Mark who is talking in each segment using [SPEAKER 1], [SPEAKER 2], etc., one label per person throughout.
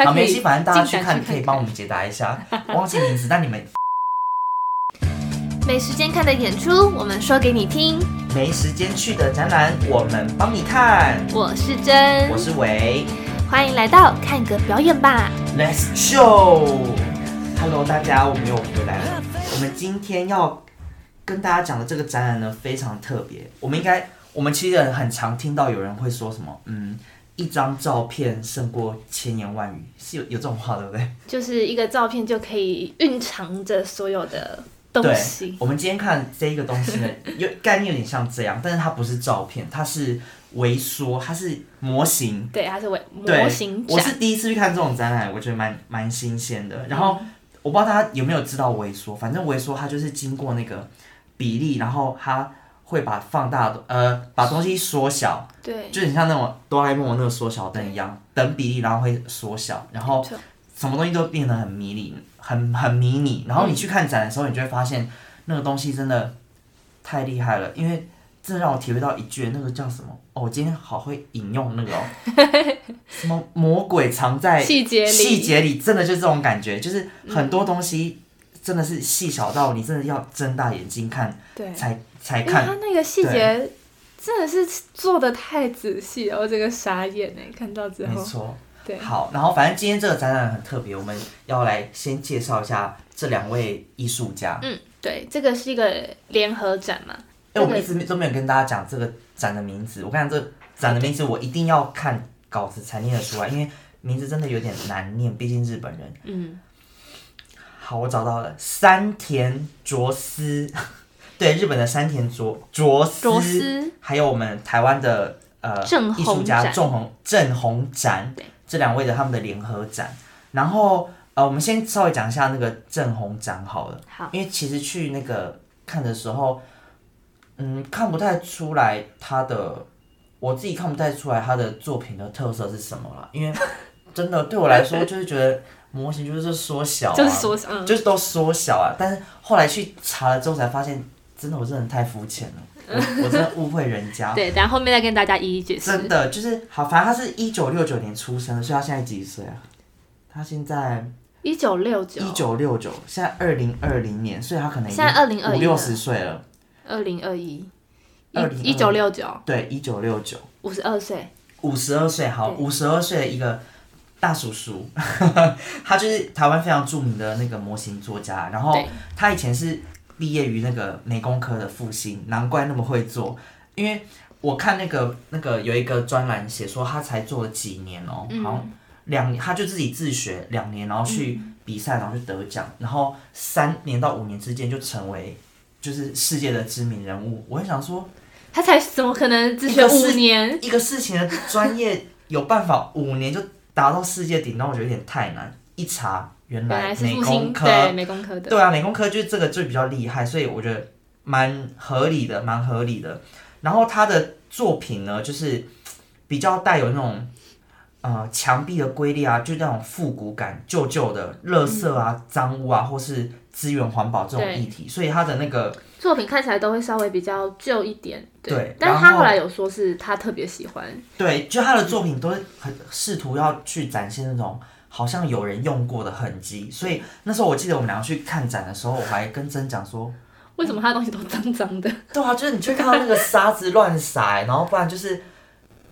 [SPEAKER 1] 好，
[SPEAKER 2] 他可
[SPEAKER 1] 没关啊系，
[SPEAKER 2] 以
[SPEAKER 1] 反正大家去
[SPEAKER 2] 进展
[SPEAKER 1] 看，可以帮我们解答一下。 忘记名字，但你们
[SPEAKER 3] 没时间看的演出，我们说给你听。
[SPEAKER 1] 没时间去的展览，我们帮你看。
[SPEAKER 3] 我是真
[SPEAKER 1] 我，是维
[SPEAKER 3] 欢迎来到看个表演吧。
[SPEAKER 1] ，Let's show。Hello，大家，我们又回来了。我们今天要跟大家讲的这个展览呢，非常特别。我们应该，我们其实很常听到有人会说什么，嗯，一张照片胜过千言万语，是有有这种话对不对？
[SPEAKER 3] 就是一个照片就可以蕴藏着所有的东
[SPEAKER 1] 对
[SPEAKER 3] 西，
[SPEAKER 1] 我们今天看这一个东 西呢，有概念有点像这样，但是它不是照片，它是微缩，它是模型。
[SPEAKER 3] 对，它是为
[SPEAKER 1] 对
[SPEAKER 3] 模型
[SPEAKER 1] 我
[SPEAKER 3] 展，嗯
[SPEAKER 1] 是第一次去看这种展览，我觉得蛮蛮新鲜的。然后我不知道大家有没有知道微缩，反正微缩它就是经过那个比例，然后它会把放大的呃把东西缩小，
[SPEAKER 3] 对，
[SPEAKER 1] 就很像那种哆啦 A 梦的那个缩小灯一样，等比例然后会缩小，然后
[SPEAKER 3] 没错
[SPEAKER 1] 什么东西都变得很迷你，很很迷你。然后你去看展的时候，你就会发现那个东西真的太厉害了，因为这让我体会到一句那个叫什么哦，我今天好会引用那 个哦，什么魔鬼藏在
[SPEAKER 3] 细节里，
[SPEAKER 1] 哎
[SPEAKER 3] 嗯
[SPEAKER 1] 细节里，真的就是这种感觉，就是很多东西真的是细小到你真的要睁大眼睛看
[SPEAKER 3] 对，
[SPEAKER 1] 才才
[SPEAKER 3] 因为
[SPEAKER 1] 看
[SPEAKER 3] 它那个细节真的是做的太仔细了，我整个傻眼哎，看到之
[SPEAKER 1] 没
[SPEAKER 3] 后，
[SPEAKER 1] 错，
[SPEAKER 3] 对
[SPEAKER 1] 好，然后反正今天这个展览很特别，我们要来先介绍一下这两位艺术家。哎、
[SPEAKER 3] 嗯，对，这个是一个联合展嘛，
[SPEAKER 1] 我们一直都没有跟大家讲这个展的名字。我看这展的名字，我一定要看稿子才念得出来，因为名字真的有点难念，毕竟日本人。
[SPEAKER 3] 嗯，
[SPEAKER 1] 好，我找到了山田卓司， 对，日本的山田卓卓司，
[SPEAKER 3] 卓司
[SPEAKER 1] 还有我们台湾的呃
[SPEAKER 3] 郑
[SPEAKER 1] 艺
[SPEAKER 3] 弘
[SPEAKER 1] 术家
[SPEAKER 3] 嗯展
[SPEAKER 1] 郑宏郑宏展
[SPEAKER 3] 对
[SPEAKER 1] 这两位的他们的联合展。然后呃，我们先稍微讲一下那个郑宏展好了，
[SPEAKER 3] 好，
[SPEAKER 1] 因为其实去那个看的时候，嗯，看不太出来他的，我自己看不太出来他的作品的特色是什么了，因为真的对我来说就是觉得模型就是缩小、啊，
[SPEAKER 3] 就是说，嗯，
[SPEAKER 1] 就是都缩小啊。但是后来去查了之后才发现，真的我真的太肤浅了，我我真的误会人家。
[SPEAKER 3] 对，然后后面再跟大家一一解
[SPEAKER 1] 真
[SPEAKER 3] 释。
[SPEAKER 1] 的就是好，反正他是一九六九年出生的，所以他现在几岁啊？他现在
[SPEAKER 3] 一九六九，
[SPEAKER 1] 一九六九，现在二零二零年，所以他可能已
[SPEAKER 3] 现
[SPEAKER 1] 经
[SPEAKER 3] 在2021
[SPEAKER 1] 五六十岁了。
[SPEAKER 3] 二零二一，
[SPEAKER 1] 2021
[SPEAKER 3] 一九六九，
[SPEAKER 1] 对，一九六九，
[SPEAKER 3] 五十二岁，
[SPEAKER 1] 五十二岁，好，
[SPEAKER 3] 对
[SPEAKER 1] 五十二岁的一个大叔叔， 他就是台湾非常著名的那个模型作家，然后
[SPEAKER 3] 对
[SPEAKER 1] 他以前是毕业于那个美工科的复兴，难怪那么会做，因为我看那个那个有一个专栏写说他才做了几年哦、
[SPEAKER 3] 嗯
[SPEAKER 1] 好像两他就自己自学两年，然后去
[SPEAKER 3] 嗯
[SPEAKER 1] 比赛，然后就得奖，然后三年到五年之间就成为就是世界的知名人物，我很想说。
[SPEAKER 3] 他才怎么可能只学五年？
[SPEAKER 1] 一个事情的专业有办法五年就达到世界顶，那我觉得有点太难。一查，原
[SPEAKER 3] 原
[SPEAKER 1] 来
[SPEAKER 3] 来是
[SPEAKER 1] 美
[SPEAKER 3] 复
[SPEAKER 1] 工
[SPEAKER 3] 兴
[SPEAKER 1] 科，
[SPEAKER 3] 对美工科的，
[SPEAKER 1] 对啊，美工科就是这个就比较厉害，所以我觉得蛮合理的，蛮合理的。然后他的作品呢，就是比较带有那种呃墙壁的规律啊，就那种复古感、旧旧的、垃圾啊、脏污啊，或是资源环保这种
[SPEAKER 3] 嗯对
[SPEAKER 1] 议题。所以他的那个
[SPEAKER 3] 作品看起来都会稍微比较旧一点，
[SPEAKER 1] 对
[SPEAKER 3] 但是
[SPEAKER 1] 然
[SPEAKER 3] 他
[SPEAKER 1] 后
[SPEAKER 3] 后来有说是他特别喜欢，
[SPEAKER 1] 对，就他的作品都是很试图要去展现那种好像有人用过的痕迹，所以那时候我记得我们两个去看展的时候，我还跟真讲说，
[SPEAKER 3] 为什么他的东西都脏脏 的？
[SPEAKER 1] 对啊，就是你就会看到那个沙子乱撒、然后不然就是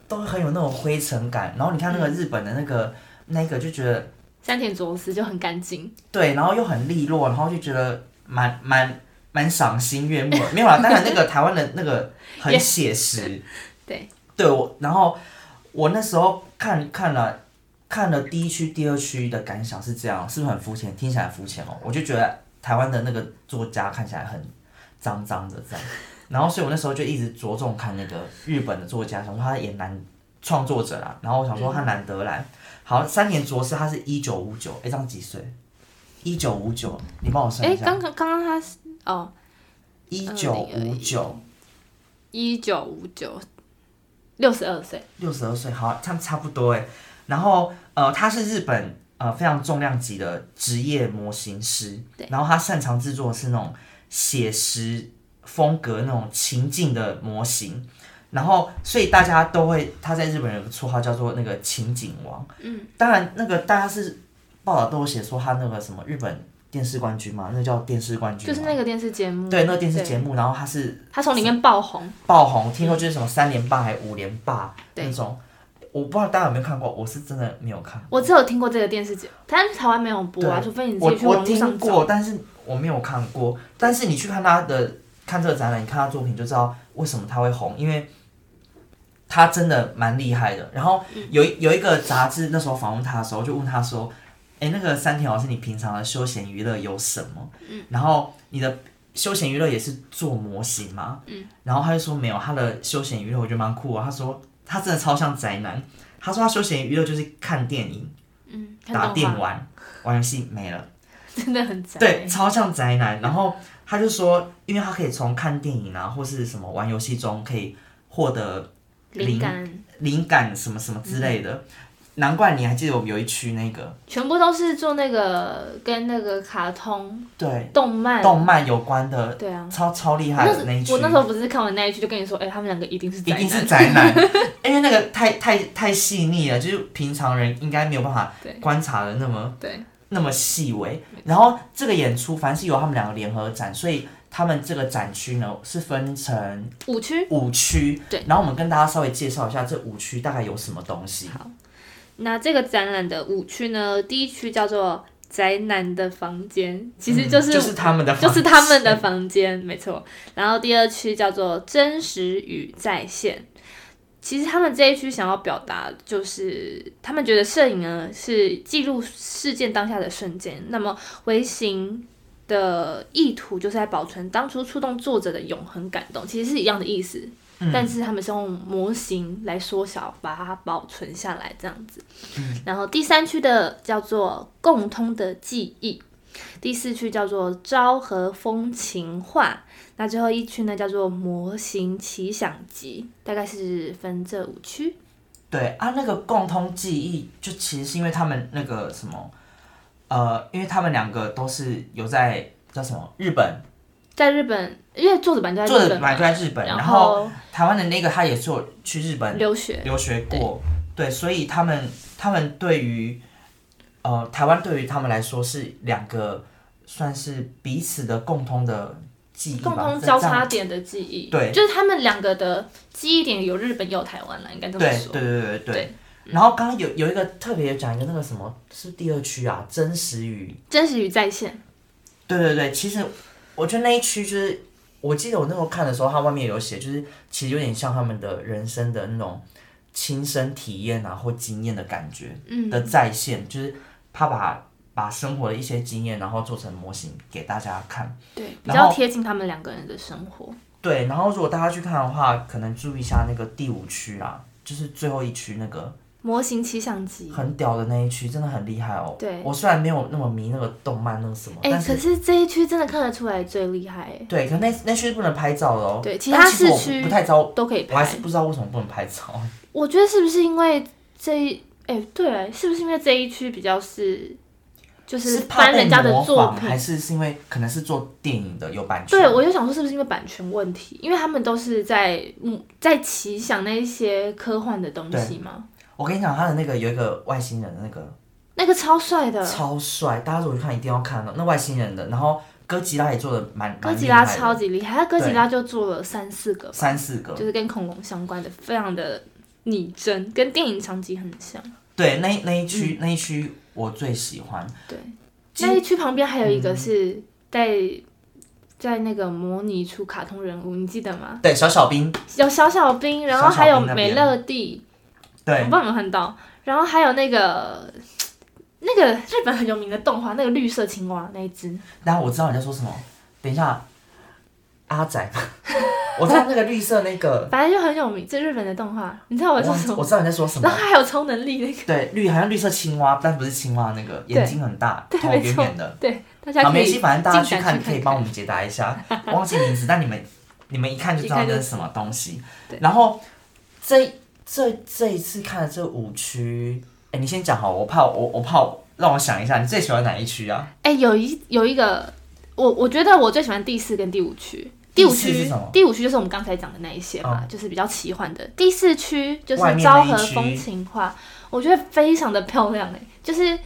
[SPEAKER 1] 都很有那种灰尘感，然后你看那个日本的那个、那个就觉得
[SPEAKER 3] 山田卓司就很干净，。
[SPEAKER 1] 对，然后又很利落，然后就觉得蛮蛮蛮赏心悦目的。没有啦，当然那个台湾的那个很写实
[SPEAKER 3] 对，
[SPEAKER 1] 对我，然后我那时候看看了看了第一区、第二区的感想是这样，是不是很肤浅？听起来很肤浅哦，我就觉得台湾的那个作家看起来很脏脏的这样。然后，所以我那时候就一直着重看那个日本的作家，想说他也难创作者啦。然后我想说他难得来，好，三年卓司他是一九五九，哎，这样几岁？一九五九，你帮我算
[SPEAKER 3] 哎，
[SPEAKER 1] 一下
[SPEAKER 3] 刚。刚刚刚他是哦
[SPEAKER 1] 一九五
[SPEAKER 3] 呃
[SPEAKER 1] 九，
[SPEAKER 3] 一九五九六十二岁，
[SPEAKER 1] 六十二岁，好，他们差不多哎。然后呃，他是日本呃非常重量级的职业模型师，
[SPEAKER 3] 对
[SPEAKER 1] 然后他擅长制作的是那种写实风格那种情境的模型。然后，所以大家都会，他在日本有个绰号叫做那个情景王。嗯，当然，那个大家是报道都有写说他那个什么日本电视冠军嘛，那叫电视冠军
[SPEAKER 3] 就
[SPEAKER 1] 嘛，
[SPEAKER 3] 是那个电视节目，
[SPEAKER 1] 对，那个电视
[SPEAKER 3] 对
[SPEAKER 1] 节目，然后他是
[SPEAKER 3] 他从里面爆红，
[SPEAKER 1] 爆红，听说就是什么三连霸还五连霸
[SPEAKER 3] 对
[SPEAKER 1] 那种，我不知道大家有没有看过，我是真的没有看过。
[SPEAKER 3] 我只有听过这个电视节目，但是台湾没有播啊，
[SPEAKER 1] 对
[SPEAKER 3] 除非你自
[SPEAKER 1] 我
[SPEAKER 3] 己去
[SPEAKER 1] 我
[SPEAKER 3] 网络
[SPEAKER 1] 听
[SPEAKER 3] 上
[SPEAKER 1] 过，
[SPEAKER 3] 找。
[SPEAKER 1] 但是我没有看过。但是你去看他的看这个展览，你看他作品就知道为什么他会红，因为他真的蛮厉害的。然后
[SPEAKER 3] 嗯
[SPEAKER 1] 有一有一个杂志那时候访问他的时候，就问他说：“哎、那个山田老师，你平常的休闲娱乐有什么？
[SPEAKER 3] 嗯
[SPEAKER 1] 然后你的休闲娱乐也是做模型吗？”
[SPEAKER 3] 嗯
[SPEAKER 1] 然后他就说没有，他的休闲娱乐我觉得蛮酷啊。他说他真的超像宅男。他说他休闲娱乐就是看电影、
[SPEAKER 3] 嗯，看
[SPEAKER 1] 打
[SPEAKER 3] 动
[SPEAKER 1] 电
[SPEAKER 3] 画
[SPEAKER 1] 玩、玩游戏，没了。
[SPEAKER 3] 真的很宅。
[SPEAKER 1] 对，，超像宅男。然后他就说，因为他可以从看电影啊，或是什么玩游戏中可以获得
[SPEAKER 3] 灵感
[SPEAKER 1] 灵感什么什么之类的。难怪你还记得我们有一区那个
[SPEAKER 3] 全部都是做那个跟那个卡通、
[SPEAKER 1] 对
[SPEAKER 3] 动漫。
[SPEAKER 1] 动漫有关的，
[SPEAKER 3] 对啊，
[SPEAKER 1] 超超厉害
[SPEAKER 3] 那
[SPEAKER 1] 的
[SPEAKER 3] 时
[SPEAKER 1] 那一区。
[SPEAKER 3] 我那时候不是看完那一句就跟你说，哎、他们两个一定是
[SPEAKER 1] 一
[SPEAKER 3] 宅
[SPEAKER 1] 定是
[SPEAKER 3] 男。
[SPEAKER 1] 宅男， 因为那个太太太细腻了，就是平常人应该没有办法
[SPEAKER 3] 对
[SPEAKER 1] 观察的那么
[SPEAKER 3] 对，
[SPEAKER 1] 那么细微。然后这个演出，凡是由他们两个联合展，所以他们这个展区呢是分成
[SPEAKER 3] 五区。
[SPEAKER 1] 五区，
[SPEAKER 3] 对，
[SPEAKER 1] 然后我们跟大家稍微介绍一下这五区大概有什么东西。
[SPEAKER 3] 那这个展览的五区呢，第一区叫做宅男的房间，其实就是、
[SPEAKER 1] 嗯就是他们的 房，
[SPEAKER 3] 就是他们的房间，没错。然后第二区叫做真实与在线。其实他们这一区想要表达，就是他们觉得摄影呢是记录事件当下的瞬间，那么微型的意图就是在保存当初触动作者的永恒感动，其实是一样的意思，
[SPEAKER 1] 嗯
[SPEAKER 3] 但是他们是用模型来缩小，把它保存下来这样子。
[SPEAKER 1] 嗯
[SPEAKER 3] 然后第三区的叫做共通的记忆，第四区叫做昭和风情画，那最后一区呢叫做模型奇想集，大概是分这五区。
[SPEAKER 1] 对啊，那个共通记忆就其实是因为他们那个什么，呃，因为他们两个都是有在叫什么日本，
[SPEAKER 3] 在日本，因为作者版就在
[SPEAKER 1] 作
[SPEAKER 3] 日
[SPEAKER 1] 者
[SPEAKER 3] 本
[SPEAKER 1] 本来
[SPEAKER 3] 嘛，
[SPEAKER 1] 就在日本，
[SPEAKER 3] 然
[SPEAKER 1] 然后台湾的那个他也是有去日本
[SPEAKER 3] 留学，
[SPEAKER 1] 留学过，对，所以他们他们对于呃台湾对于他们来说是两个算是彼此的共通的记忆吧，
[SPEAKER 3] 共同
[SPEAKER 1] 这
[SPEAKER 3] 交
[SPEAKER 1] 这样
[SPEAKER 3] 叉点的记忆，
[SPEAKER 1] 对
[SPEAKER 3] 就是他们两个的记忆点有日本也有台湾了，应该这么
[SPEAKER 1] 对
[SPEAKER 3] 说。
[SPEAKER 1] 对对对对。
[SPEAKER 3] 对
[SPEAKER 1] 然后刚刚有有一个特别讲一个那个什么是第二区啊，真实与
[SPEAKER 3] 真实与在线，
[SPEAKER 1] 对对对，其实我觉得那一区就是，我记得我那时候看的时候，它外面有写，就是其实有点像他们的人生的那种亲身体验啊或经验的感觉
[SPEAKER 3] 嗯，
[SPEAKER 1] 的再现，就是他把把生活的一些经验，然后做成模型给大家看。
[SPEAKER 3] 对，比
[SPEAKER 1] 然
[SPEAKER 3] 较
[SPEAKER 1] 后
[SPEAKER 3] 贴近他们两个人的生活。
[SPEAKER 1] 对，然后如果大家去看的话，可能注意一下那个第五区啊，就是最后一区那个
[SPEAKER 3] 模型奇想集，
[SPEAKER 1] 很屌的那一区，真的很厉害哦。
[SPEAKER 3] 对
[SPEAKER 1] 我虽然没有那么迷那个动漫那个什么，
[SPEAKER 3] 哎、
[SPEAKER 1] 但
[SPEAKER 3] 可
[SPEAKER 1] 是
[SPEAKER 3] 是这一区真的看得出来最厉害、哎
[SPEAKER 1] 对，可那那区是不能拍照的哦。
[SPEAKER 3] 对其
[SPEAKER 1] 但
[SPEAKER 3] 他
[SPEAKER 1] 其实
[SPEAKER 3] 四
[SPEAKER 1] 我
[SPEAKER 3] 区
[SPEAKER 1] 不太知道，
[SPEAKER 3] 都可以拍。
[SPEAKER 1] 我还是不知道为什么不能拍照。
[SPEAKER 3] 我觉得是不是因为这一哎、对，是不是因为这一区比较是 就是
[SPEAKER 1] 怕
[SPEAKER 3] 翻
[SPEAKER 1] 被
[SPEAKER 3] 人家的
[SPEAKER 1] 模
[SPEAKER 3] 作
[SPEAKER 1] 仿，
[SPEAKER 3] 品
[SPEAKER 1] 还？是是因为可能是做电影的有版权？
[SPEAKER 3] 对，我就想说是不是因为版权问题？因为他们都是在嗯在奇想那一些科幻的东西嘛，
[SPEAKER 1] 我跟你讲，他的那个有一个外星人的那个
[SPEAKER 3] 那个超帅的，
[SPEAKER 1] 超帅，大家如果去看一定要看哦。那外星人的，然后哥吉拉也做的蛮
[SPEAKER 3] 哥吉拉
[SPEAKER 1] 蛮厉害的
[SPEAKER 3] 超级厉害，他哥吉拉就做了三四个，
[SPEAKER 1] 三四个，
[SPEAKER 3] 就是跟恐龙相关的，非常的拟真，跟电影场景很像。
[SPEAKER 1] 对，那那一区、
[SPEAKER 3] 嗯
[SPEAKER 1] 那一区我最喜欢。
[SPEAKER 3] 对，
[SPEAKER 1] 其嗯
[SPEAKER 3] 那一区旁边还有一个是在、在那个模拟出卡通人物，你记得吗？
[SPEAKER 1] 对，小小兵，
[SPEAKER 3] 有小小兵，然后
[SPEAKER 1] 小小
[SPEAKER 3] 还
[SPEAKER 1] 兵
[SPEAKER 3] 有
[SPEAKER 1] 那
[SPEAKER 3] 美
[SPEAKER 1] 边
[SPEAKER 3] 乐蒂，我
[SPEAKER 1] 对
[SPEAKER 3] 不知道有没有看到，然后还有那个那个日本很有名的动画，那个绿色青蛙那一只，
[SPEAKER 1] 然后我知道你在说什么。等一下，阿仔， 我知道那个绿色那 个，
[SPEAKER 3] 反正就很有名，这日本的动画，你知哦道我
[SPEAKER 1] 我
[SPEAKER 3] 在说
[SPEAKER 1] 忘记
[SPEAKER 3] 什么？
[SPEAKER 1] 我知道你在说什
[SPEAKER 3] 然
[SPEAKER 1] 么
[SPEAKER 3] 后。还有超能力那个，
[SPEAKER 1] 对，绿好像绿色青蛙，但不是青蛙那个，眼睛很大，
[SPEAKER 3] 对
[SPEAKER 1] 头
[SPEAKER 3] 没
[SPEAKER 1] 圆
[SPEAKER 3] 错
[SPEAKER 1] 圆的。
[SPEAKER 3] 对，大家
[SPEAKER 1] 好，
[SPEAKER 3] 可
[SPEAKER 1] 没关
[SPEAKER 3] 以
[SPEAKER 1] 系，反正大家去
[SPEAKER 3] 进展
[SPEAKER 1] 看
[SPEAKER 3] 去
[SPEAKER 1] 可以
[SPEAKER 3] 看
[SPEAKER 1] 帮我们解答一下，忘记名字，但你们你们一看就知道
[SPEAKER 3] 一看
[SPEAKER 1] 这
[SPEAKER 3] 就是
[SPEAKER 1] 什么东西
[SPEAKER 3] 对。
[SPEAKER 1] 然后这这这一次看的这五区，哎，你先讲好，我怕我我怕我让我想一下，你最喜欢哪一区啊？
[SPEAKER 3] 哎、有一有一个，我我觉得我最喜欢第四跟第五区。第五
[SPEAKER 1] 四是
[SPEAKER 3] 区
[SPEAKER 1] 什么，哦
[SPEAKER 3] 第五区就是我们刚才讲的那一些嘛，就是比较奇幻的。第四区就是
[SPEAKER 1] 外面
[SPEAKER 3] 昭
[SPEAKER 1] 那
[SPEAKER 3] 和
[SPEAKER 1] 一区
[SPEAKER 3] 风情画，我觉得非常的漂亮诶、欸就是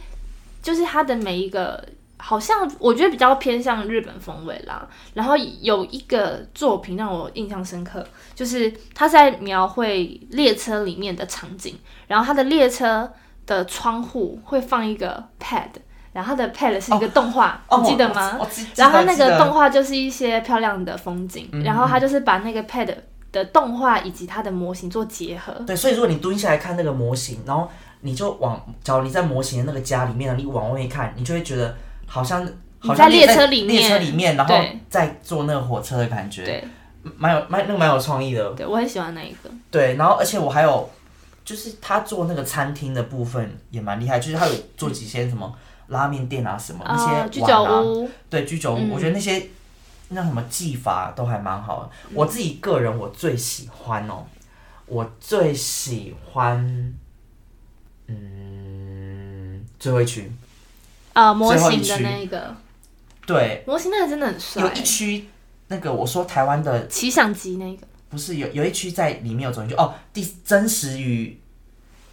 [SPEAKER 3] 就是它的每一个，好像我觉得比较偏向日本风味啦。然后有一个作品让我印象深刻，就是他在描绘列车里面的场景，然后他的列车的窗户会放一个 pad，然后他的 pad 是一个动画，
[SPEAKER 1] 哦，
[SPEAKER 3] 你记得
[SPEAKER 1] 我
[SPEAKER 3] 吗？？
[SPEAKER 1] 我记
[SPEAKER 3] 啊然后它那
[SPEAKER 1] 记得嗯
[SPEAKER 3] 个
[SPEAKER 1] 记得
[SPEAKER 3] 动画就是一些漂亮的风景，然后它就是把那个 pad 的动画以及它的模型做结合。
[SPEAKER 1] 对，所以如果你蹲下来看那个模型，然后你就往，假如你在模型的那个家里面，你往外面看，你就会觉得好像好像
[SPEAKER 3] 在
[SPEAKER 1] 你
[SPEAKER 3] 列车里面
[SPEAKER 1] 列车里面，然后
[SPEAKER 3] 对
[SPEAKER 1] 再坐那个火车的感觉，
[SPEAKER 3] 对
[SPEAKER 1] 蛮有蛮那个蛮有创意的。
[SPEAKER 3] 对，我很喜欢那一个。
[SPEAKER 1] 对，然后而且我还有就是他做那个餐厅的部分也蛮厉害，就是他有做几些什么拉面店啊什么、
[SPEAKER 3] 呃，
[SPEAKER 1] 那
[SPEAKER 3] 居
[SPEAKER 1] 些
[SPEAKER 3] 酒
[SPEAKER 1] 碗啊，
[SPEAKER 3] 屋，
[SPEAKER 1] 对居酒屋，
[SPEAKER 3] 嗯
[SPEAKER 1] 我觉得那些那什么技法都还蛮好的。我自己个人我最喜欢哦，我最喜欢，嗯，最后一区，
[SPEAKER 3] 呃，模
[SPEAKER 1] 最后一
[SPEAKER 3] 型的
[SPEAKER 1] 区
[SPEAKER 3] 那一个
[SPEAKER 1] 对，
[SPEAKER 3] 模型那个真的很帅
[SPEAKER 1] 有，一区那个我说台湾的
[SPEAKER 3] 奇想集那个
[SPEAKER 1] 不是有有一区在里面有走进去哦，第真实与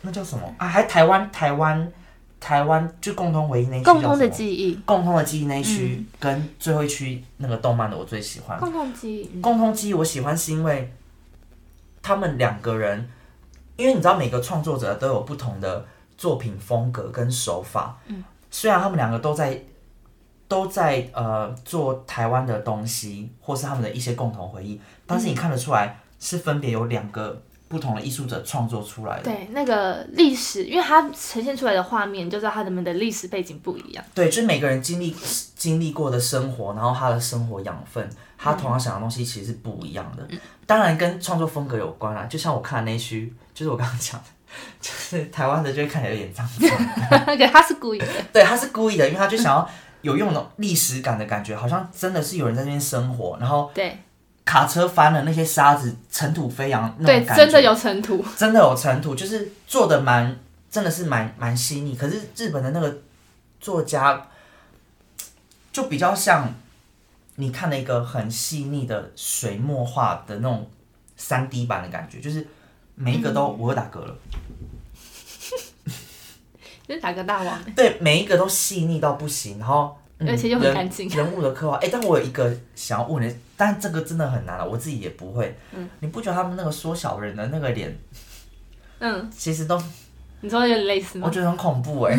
[SPEAKER 1] 那叫什么啊？还台湾台湾台湾就共同回忆那一区
[SPEAKER 3] 共
[SPEAKER 1] 叫
[SPEAKER 3] 通
[SPEAKER 1] 什
[SPEAKER 3] 的
[SPEAKER 1] 么
[SPEAKER 3] 记嗯忆，
[SPEAKER 1] 共同的记忆那一区、跟最后一区那个动漫的我最喜欢。
[SPEAKER 3] 共同记忆，嗯
[SPEAKER 1] 共同记忆我喜欢是因为他们两个人，因为你知道每个创作者都有不同的作品风格跟手法，嗯，虽然他们两个都在都在呃做台湾的东西，或是他们的一些共同回忆，但是你看得出来是分别有两个不同的艺术者创作出来的，
[SPEAKER 3] 对，那个历史，因为它呈现出来的画面，就知道它们的历史背景不一样。
[SPEAKER 1] 对，就是每个人经历经历过的生活，然后他的生活养分，他同样想的东西其实是不一样的。
[SPEAKER 3] 嗯
[SPEAKER 1] 当然跟创作风格有关啦，就像我看的那一区，就是我刚刚讲的，就是台湾的就会看起来有 点脏脏，
[SPEAKER 3] 对，他是故意的，
[SPEAKER 1] 对，他是故意的，因为他就想要有用那种历史感的感觉，好像真的是有人在那边生活，然后
[SPEAKER 3] 对
[SPEAKER 1] 卡车翻了，那些沙子尘土飞扬那
[SPEAKER 3] 对，
[SPEAKER 1] 种感觉，
[SPEAKER 3] 真的有尘土，
[SPEAKER 1] 真的有尘土，就是做的蛮，真的是蛮蛮细腻。可是日本的那个作家，就比较像你看了一个很细腻的水墨画的那种三 D 版的感觉，就是每一个都、我又打 嗝了，
[SPEAKER 3] 就是打个大王，
[SPEAKER 1] 对，每一个都细腻到不行，然后。嗯
[SPEAKER 3] 而且又很
[SPEAKER 1] 人
[SPEAKER 3] 干净
[SPEAKER 1] 人物的刻画，哎、但我有一个想要问你，但这个真的很难了、我自己也不会。嗯，你不觉得他们那个缩小人的那个脸，
[SPEAKER 3] 嗯，
[SPEAKER 1] 其实都
[SPEAKER 3] 你说有点类似吗
[SPEAKER 1] 我？觉得很恐怖哎、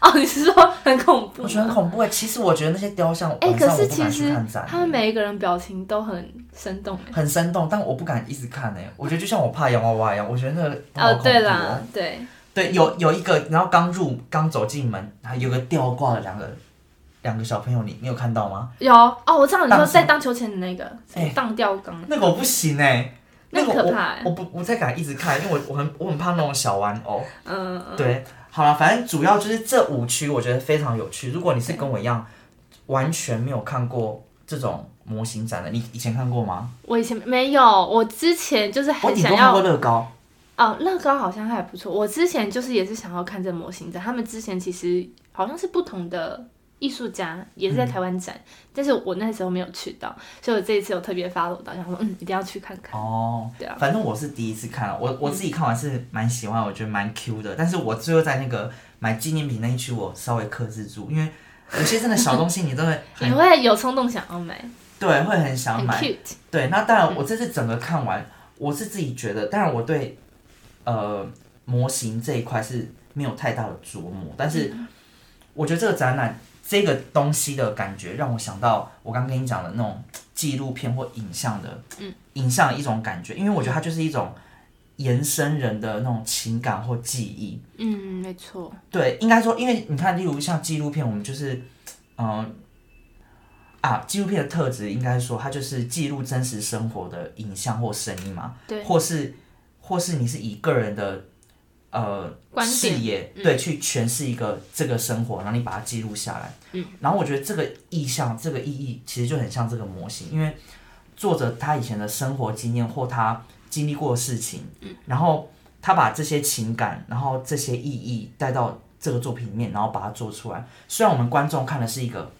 [SPEAKER 3] 哦，你是说很恐怖吗？
[SPEAKER 1] 我觉得很恐怖哎、其实我觉得那些雕像，
[SPEAKER 3] 哎、
[SPEAKER 1] 晚
[SPEAKER 3] 可
[SPEAKER 1] 上我
[SPEAKER 3] 是
[SPEAKER 1] 不
[SPEAKER 3] 其
[SPEAKER 1] 敢去
[SPEAKER 3] 实
[SPEAKER 1] 看展，
[SPEAKER 3] 他们每一个人表情都很生动欸。
[SPEAKER 1] 很生动，但我不敢一直看哎、我觉得就像我怕洋娃娃一样，我觉得那个好
[SPEAKER 3] 哦，
[SPEAKER 1] 恐怖
[SPEAKER 3] 对
[SPEAKER 1] 哦
[SPEAKER 3] 啦，对，
[SPEAKER 1] 对，有有一个，然后刚入刚走进门，还有个吊挂的两个两个小朋友，你你有看到吗？
[SPEAKER 3] 有哦，我知道你
[SPEAKER 1] 荡
[SPEAKER 3] 说
[SPEAKER 1] 什
[SPEAKER 3] 在
[SPEAKER 1] 么
[SPEAKER 3] 荡秋千的那个什么
[SPEAKER 1] 哎
[SPEAKER 3] 荡吊缸，
[SPEAKER 1] 那个我不行哎、
[SPEAKER 3] 那
[SPEAKER 1] 个
[SPEAKER 3] 很
[SPEAKER 1] 我
[SPEAKER 3] 可怕欸
[SPEAKER 1] 我不不太敢一直看，因为我我很我很怕那种小玩偶。
[SPEAKER 3] 嗯，嗯
[SPEAKER 1] 对，好了，反正主要就是这五区，我觉得非常有趣。如果你是跟我一样完全没有看过这种模型展的，你以前看过吗？
[SPEAKER 3] 我以前没有，我之前就是
[SPEAKER 1] 我
[SPEAKER 3] 很
[SPEAKER 1] 顶
[SPEAKER 3] 想
[SPEAKER 1] 多看过
[SPEAKER 3] 要。
[SPEAKER 1] 乐高。
[SPEAKER 3] 哦，乐高好像还不错。我之前就是也是想要看这模型展，他们之前其实好像是不同的艺术家，也是
[SPEAKER 1] 嗯
[SPEAKER 3] 在台湾展，但是我那时候没有去到，所以我这一次有特别 follow 到，想说嗯，一定要去看看。
[SPEAKER 1] 哦，
[SPEAKER 3] 对啊
[SPEAKER 1] 反正我是第一次看，啊我我自己看完是蛮喜欢，我觉得
[SPEAKER 3] 嗯
[SPEAKER 1] 蛮 Q 的。但是我最后在那个买纪念品那一区，我稍微克制住，因为有些真的小东西你真的
[SPEAKER 3] 你
[SPEAKER 1] 很
[SPEAKER 3] 会有冲动想要买，
[SPEAKER 1] 对会很想
[SPEAKER 3] 很
[SPEAKER 1] 买。
[SPEAKER 3] cute。
[SPEAKER 1] 对，那当然我这次整个看完，我是自己觉得，当然我对呃模型这一块是没有太大的琢磨，但是我觉得这个展览这个东西的感觉让我想到我刚跟你讲的那种纪录片或影像的，嗯，影像的一种感觉，因为我觉得它就是一种延伸人的那种情感或记忆，
[SPEAKER 3] 嗯，没错。
[SPEAKER 1] 对，应该说，因为你看，例如像纪录片，我们就是，嗯、啊，纪录片的特质应该说，它就是记录真实生活的影像或声音嘛，
[SPEAKER 3] 对
[SPEAKER 1] 或是或是你是以个人的呃
[SPEAKER 3] 观
[SPEAKER 1] 视
[SPEAKER 3] 点
[SPEAKER 1] 野、对去诠释一个这个生活，然后你把它记录下来。嗯，然后我觉得这个意象、这个意义其实就很像这个模型，因为作者他以前的生活经验或他经历过的事情，嗯，然后他把这些情感，然后这些意义带到这个作品里面，然后把它做出来。虽然我们观众看的是一个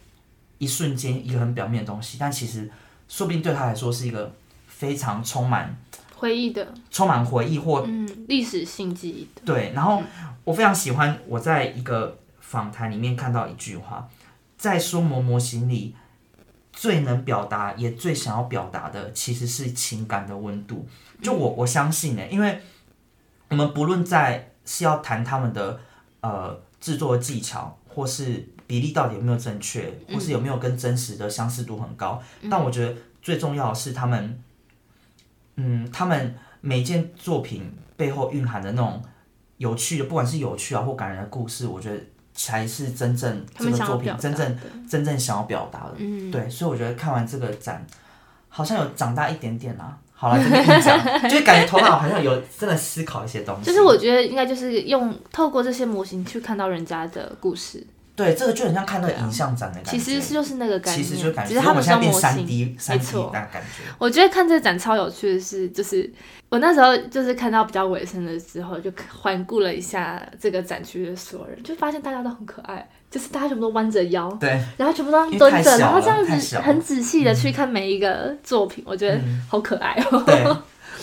[SPEAKER 1] 一瞬间一个很表面的东西，但其实说不定对他来说是一个非常充满
[SPEAKER 3] 回忆的，
[SPEAKER 1] 充满回忆或
[SPEAKER 3] 嗯，历史性记忆的，
[SPEAKER 1] 对，然后我非常喜欢我在一个访谈里面看到一句话，在说魔模型里最能表达也最想要表达的其实是情感的温度。就
[SPEAKER 3] 嗯
[SPEAKER 1] 我我相信呢、因为我们不论在是要谈他们的呃制作技巧，或是比例到底有没有正确，或是有
[SPEAKER 3] 嗯
[SPEAKER 1] 没有跟真实的相似度很高，但我觉得最重要的是他们，嗯，他们每件作品背后蕴含的那种有趣的，不管是有趣啊或感人的故事，我觉得才是真正
[SPEAKER 3] 他
[SPEAKER 1] 这
[SPEAKER 3] 们
[SPEAKER 1] 个
[SPEAKER 3] 想要
[SPEAKER 1] 作品
[SPEAKER 3] 表达
[SPEAKER 1] 真正
[SPEAKER 3] 的
[SPEAKER 1] 真正想要表达的。
[SPEAKER 3] 嗯，
[SPEAKER 1] 对，所以我觉得看完这个展，好像有长大一点点啦、好了，这么硬 讲，就是感觉头脑好像有真的思考一些东西。
[SPEAKER 3] 就是我觉得应该就是用透过这些模型去看到人家的故事，
[SPEAKER 1] 对这个就很像看那个影像展的感觉，
[SPEAKER 3] 啊其实是就是那个概
[SPEAKER 1] 其
[SPEAKER 3] 念，
[SPEAKER 1] 实就感
[SPEAKER 3] 只是
[SPEAKER 1] 觉，所以
[SPEAKER 3] 他
[SPEAKER 1] 我们
[SPEAKER 3] 们
[SPEAKER 1] 现在
[SPEAKER 3] 用
[SPEAKER 1] 变
[SPEAKER 3] 模
[SPEAKER 1] 三
[SPEAKER 3] 型
[SPEAKER 1] D 三 D
[SPEAKER 3] 错
[SPEAKER 1] 那感觉。
[SPEAKER 3] 我觉得看这展超有趣的是，就是我那时候就是看到比较尾声的时候，就环顾了一下这个展区的所有人，就发现大家都很可爱，就是大家全部都弯着腰，
[SPEAKER 1] 对，
[SPEAKER 3] 然后全部都
[SPEAKER 1] 因为
[SPEAKER 3] 蹲
[SPEAKER 1] 太
[SPEAKER 3] 着，
[SPEAKER 1] 小
[SPEAKER 3] 然后
[SPEAKER 1] 了
[SPEAKER 3] 这样
[SPEAKER 1] 太
[SPEAKER 3] 子
[SPEAKER 1] 小
[SPEAKER 3] 很
[SPEAKER 1] 了
[SPEAKER 3] 仔细的去看每一个作品，我觉得好可爱哦。
[SPEAKER 1] 对，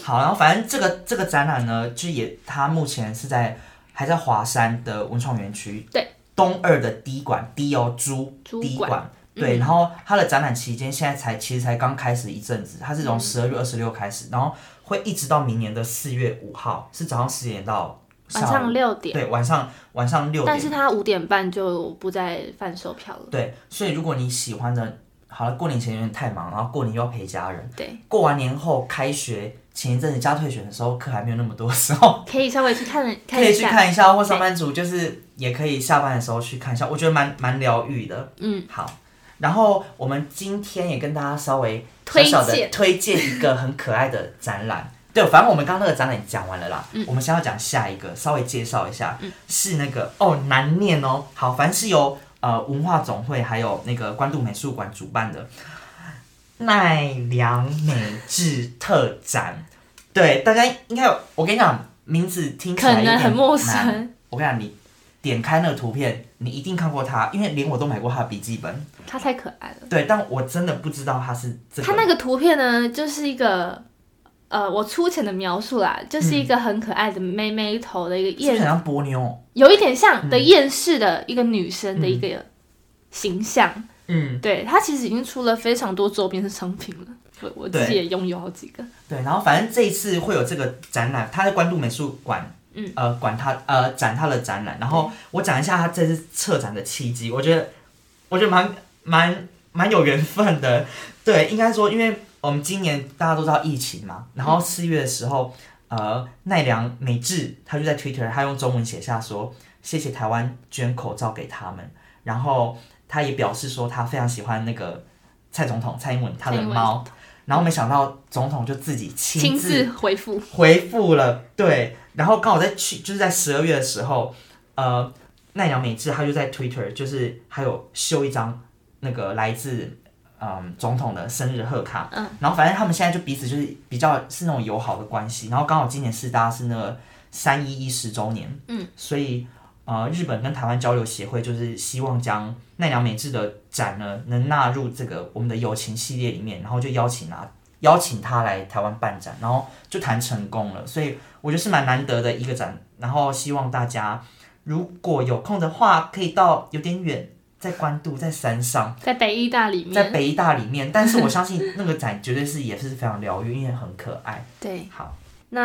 [SPEAKER 1] 好，然后反正这个这个展览呢，就也它目前是在还在华山的文创园区，
[SPEAKER 3] 对，
[SPEAKER 1] 东二的第一馆 D 哦，猪
[SPEAKER 3] 猪
[SPEAKER 1] 第一
[SPEAKER 3] 馆
[SPEAKER 1] 馆。
[SPEAKER 3] 嗯
[SPEAKER 1] 对，然后它的展览期间现在才其实才刚开始一阵子，它
[SPEAKER 3] 嗯
[SPEAKER 1] 是从十二月二十六开始，然后会一直到明年的四月五号，是早上十点到下午
[SPEAKER 3] 晚上六点，
[SPEAKER 1] 对晚上晚上六
[SPEAKER 3] 但
[SPEAKER 1] 点
[SPEAKER 3] 是它五点半就不再贩售票了。
[SPEAKER 1] 对，所以如果你喜欢的，好了，过年前有点太忙，然后过年又要陪家人，
[SPEAKER 3] 对，
[SPEAKER 1] 过完年后开学前一阵子加退选的时候课还没有那么多的时候，
[SPEAKER 3] 可以稍微去看
[SPEAKER 1] 哦可
[SPEAKER 3] 看一
[SPEAKER 1] 以去
[SPEAKER 3] 下。
[SPEAKER 1] 看一下，或上班族就是也可以下班的时候去看一下，我觉得蛮蛮疗愈的。
[SPEAKER 3] 嗯，
[SPEAKER 1] 好。然后我们今天也跟大家稍微小
[SPEAKER 3] 推
[SPEAKER 1] 小的
[SPEAKER 3] 荐
[SPEAKER 1] 推荐一个很可爱的展览。对，反正我们刚刚那个展览讲完了啦，
[SPEAKER 3] 嗯
[SPEAKER 1] 我们先要讲下一个，稍微介绍一下，是那个哦难念哦，好，凡是由呃文化总会还有那个关渡美术馆主办的奈良美智特展，对，大家应该有，我跟你讲，名字听起来
[SPEAKER 3] 可能
[SPEAKER 1] 有点
[SPEAKER 3] 很陌
[SPEAKER 1] 难
[SPEAKER 3] 生，
[SPEAKER 1] 我跟你讲，你点开那个图片，你一定看过它，因为连我都买过它的笔记本。
[SPEAKER 3] 它太可爱了。
[SPEAKER 1] 对，但我真的不知道它是这个。
[SPEAKER 3] 它那个图片呢，就是一个呃，我粗浅的描述啦，就是一个很可爱的妹妹头的一个
[SPEAKER 1] 是嗯不是嗯
[SPEAKER 3] 燕，
[SPEAKER 1] 很像波妞？
[SPEAKER 3] 有一点像的厌世的一个女生的一个形象。
[SPEAKER 1] 嗯，
[SPEAKER 3] 对，它其实已经出了非常多周边的商品了，我我自己
[SPEAKER 1] 对
[SPEAKER 3] 也拥有好几个。
[SPEAKER 1] 对。然后反正这一次会有这个展览，它在关渡美术馆。
[SPEAKER 3] 嗯，
[SPEAKER 1] 呃，管它呃展它的展览，然后我讲一下它这次策展的契机，我觉得我觉得蛮蛮蛮有缘分的。对，应该说，因为我们今年大家都知道疫情嘛，
[SPEAKER 3] 嗯
[SPEAKER 1] 然后四月的时候，呃，奈良美智他就在 Twitter，他用中文写下说谢谢台湾捐口罩给他们，然后他也表示说他非常喜欢那个蔡总统蔡英文他的
[SPEAKER 3] 蔡英文
[SPEAKER 1] 猫，然后没想到总统就自己亲
[SPEAKER 3] 亲
[SPEAKER 1] 自
[SPEAKER 3] 自回复，
[SPEAKER 1] 回复了，对，然后刚好在去就是在十二月的时候，呃，奈良美智她就在 Twitter 就是还有秀一张那个来自嗯总统的生日贺卡，嗯，然后反正他们现在就彼此就是比较是那种友好的关系，然后刚好今年四大是那个三一一十周年，嗯，所以呃日本跟台湾交流协会就是希望将奈良美智的展呢能纳入这个我们的友情系列里面，然后就邀请啊邀请他来台湾办展，然后。就谈成功了，所以我觉得是蛮难得的一个展。然后希望大家如果有空的话，可以到有点远，在关渡，在山上，
[SPEAKER 3] 在北医大里面，
[SPEAKER 1] 在北医大里面。 但是我相信那个展绝对是也是非常疗愈，因为很可爱。
[SPEAKER 3] 对，
[SPEAKER 1] 好，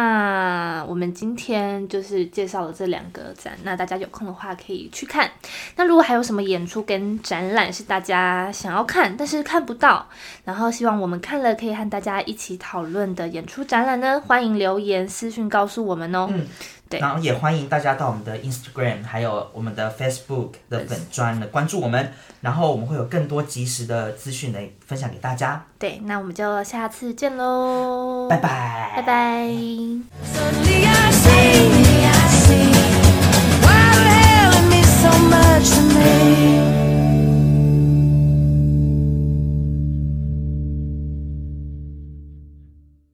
[SPEAKER 3] 那我们今天就是介绍了这两个展，那大家有空的话可以去看。那如果还有什么演出跟展览是大家想要看但是看不到，然后希望我们看了可以和大家一起讨论的演出展览呢，欢迎留言私讯告诉我们哦。
[SPEAKER 1] 嗯
[SPEAKER 3] 对
[SPEAKER 1] 然后也欢迎大家到我们的 Instagram，还有我们的 Facebook 的粉专的关注我们，然后我们会有更多及时的资讯来分享给大家。
[SPEAKER 3] 对，那我们就下次见喽，
[SPEAKER 1] 拜拜，
[SPEAKER 3] 拜拜
[SPEAKER 2] Suddenly I see